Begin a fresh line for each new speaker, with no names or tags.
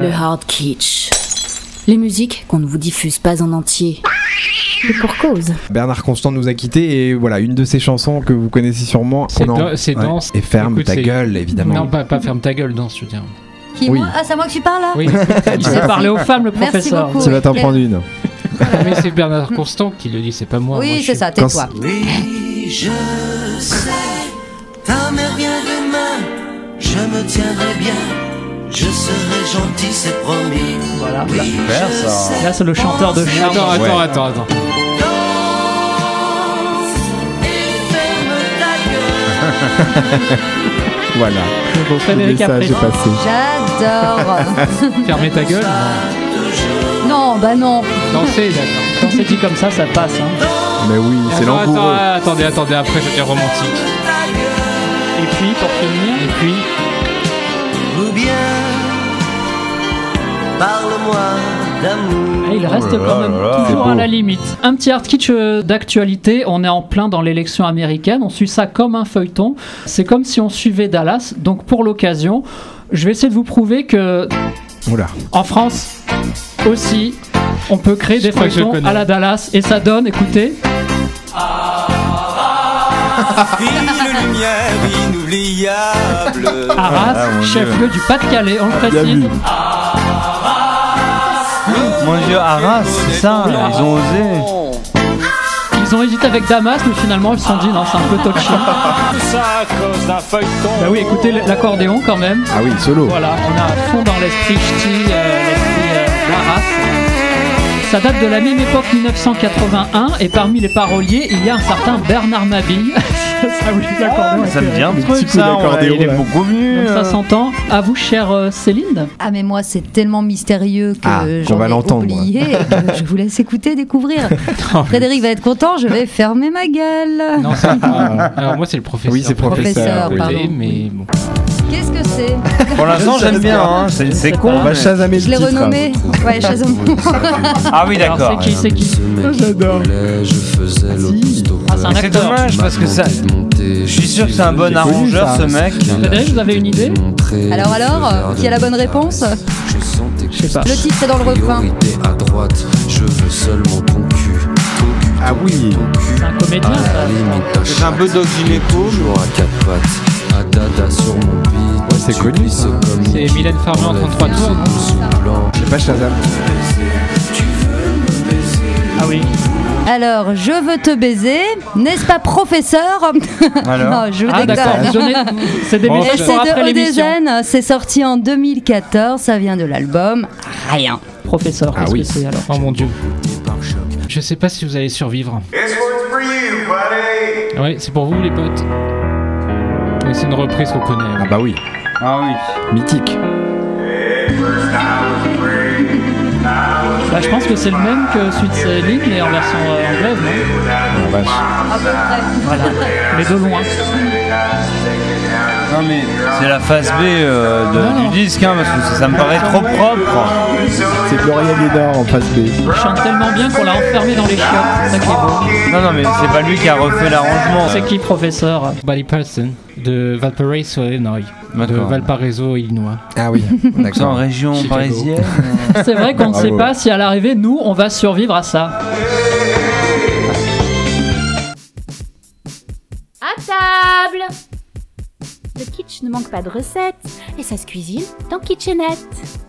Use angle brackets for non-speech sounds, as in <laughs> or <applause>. Le hard kitsch. Les musiques qu'on ne vous diffuse pas en entier. Et pour cause.
Bernard Constant nous a quittés et voilà une de ses chansons que vous connaissez sûrement.
C'est
qu'on en-
dan- c'est danse.
Et ferme
Écoute,
ta
c'est-
gueule évidemment.
Non, pas, pas ferme ta gueule, danse, je veux dire.
Qui,
Oui.
moi Ah, c'est à moi que tu parles là <laughs>
Oui, il sait parler aux femmes, le
Merci
professeur.
<laughs> beaucoup.
Tu vas t'en prendre une.
Mais c'est Bernard Constant qui le dit, c'est pas moi. Moi,
Oui,
je
c'est
suis-
ça,
Quand
tais-toi.
Oui, je sais, ta mère vient demain, je me tiendrai bien, je serai gentil, c'est promis.
Voilà.
Oui,
Super,
je
ça.
sais,
Là, c'est le chanteur de
Mais Attends,
charme.
attends,
Ouais.
attends, attends.
danse et ferme ta gueule.
Voilà. Le
Frédéric
message est
Après.
passé. <laughs>
J'adore.
Fermez ta gueule.
non, bah non.
Dansez, d'accord.
Quand c'est dit comme ça, ça passe. hein.
Mais oui, c'est
Attends, attends, euh,
langoureux.
attendez, attendez, après, je vais romantique.
Et puis, pour finir,
Et puis,
Ou bien, parle-moi d'amour.
ah, il reste
Oh là
quand
là
même
là là.
toujours
C'est
à
beau.
la limite. Un petit art kitsch euh, d'actualité. On est en plein dans l'élection américaine. On suit ça comme un feuilleton. C'est comme si on suivait Dallas. Donc, pour l'occasion, je vais essayer de vous prouver que
Oula.
en France aussi, on peut créer
Je
des
crois que je
feuilletons
connais.
à la Dallas. Et ça donne, écoutez.
Une lumière inoubliable.
Arras,
Ah, mon Dieu. Ah,
chef-lieu du Pas-de-Calais, on le
Bien
précise.
vu.
Mon dieu, Arras, c'est ça, ils ont osé.
Ils ont hésité avec Damas, mais finalement ils se sont dit non, c'est un peu touchy. Bah oui, écoutez l- l'accordéon quand même.
Ah oui, solo.
Voilà, on a à fond dans l'esprit ch'ti, euh, l'esprit euh, d'Arras. Ça date de la même époque 1981 et parmi les paroliers, il y a un certain Bernard Mabille. <laughs> ça oui, l'accordéon.
Ah, Ça me dit un
Le petit
truc,
coup
ça, on-
d'accordéon,
il est
là.
beaucoup
Donc
venu.
ça s'entend. À vous, chère euh, Céline.
Ah, mais moi, c'est tellement mystérieux que
Ah, qu'on
j'en
va
ai
l'entendre, moi. <laughs>
oublié. et que je vous laisse écouter, découvrir. Frédéric va être content, je vais fermer ma
<laughs>
gueule.
non, c'est Alors, moi, c'est le professeur.
Ah. Oui, c'est professeur.
Professeur, pardon.
oui.
Oui, mais bon.
Qu'est-ce que c'est
Pour l'instant, j'aime bien, hein, c'est c'est con.
On va
mais-
chasamer le
Je l'ai
titre.
renommé. Ouais, chez
<laughs>
Ah oui,
Alors,
d'accord.
c'est qui, c'est qui
J'adore.
Ah, c'est un
C'est
acteur.
dommage parce que ça. Je suis sûr que c'est un bon arrangeur, ce mec.
Frédéric, vous avez une idée
Alors, alors, qui a la bonne réponse
Je sais pas.
Le titre est dans le refrain.
à droite, je veux seulement ton cul.
Ah oui.
C'est un comédien, ça.
C'est un peu Doc Gineco. Toujours à quatre pattes, à dada sur mon beat.
Ouais, c'est
Tu
connu,
glisses
ça.
comme
C'est
une
Mylène Farmer en 33 tours. non
sous blanc.
C'est pas Shazam.
Ah oui.
Alors, je veux te baiser, n'est-ce pas, professeur
Alors
Non, je vous
Ah d'accord,
déconne. E
vous donnez- c'est des
Bon,
Et
messages
c'est
pour après
de
l'émission.
Odezen, c'est sorti en 2014, ça vient de l'album Rien.
Professeur,
Ah
qu'est-ce
oui.
que c'est alors
Oh mon dieu. Je sais pas si vous allez survivre. Ouais, c'est pour vous les potes. Mais c'est une reprise qu'on connaît.
Ah bah oui.
Ah oui.
Mythique.
Bah, Je pense que c'est le même que celui de Céline, mais en version euh, anglaise. non
Oh, vache.
Voilà, mais de loin.
Non mais c'est la phase B euh, de-
Non,
du
non.
disque, hein, parce que ça me paraît trop propre.
C'est Gloria Gaynor en face B.
Il chante tellement bien qu'on l'a enfermé dans les chiottes, c'est ça qui est beau.
Non, non, mais c'est pas lui qui a refait l'arrangement.
C'est qui, professeur
Body Person de Valparaiso, Illinois. De
D'accord.
Valparaiso, Illinois.
Ah oui.
C'est en
D'accord.
région
Chicago.
parisienne.
C'est vrai qu'on ne sait
Bravo.
pas si à l'arrivée, nous, on va survivre à ça.
À table Le kitsch ne manque pas de recettes et ça se cuisine dans Kitchenette.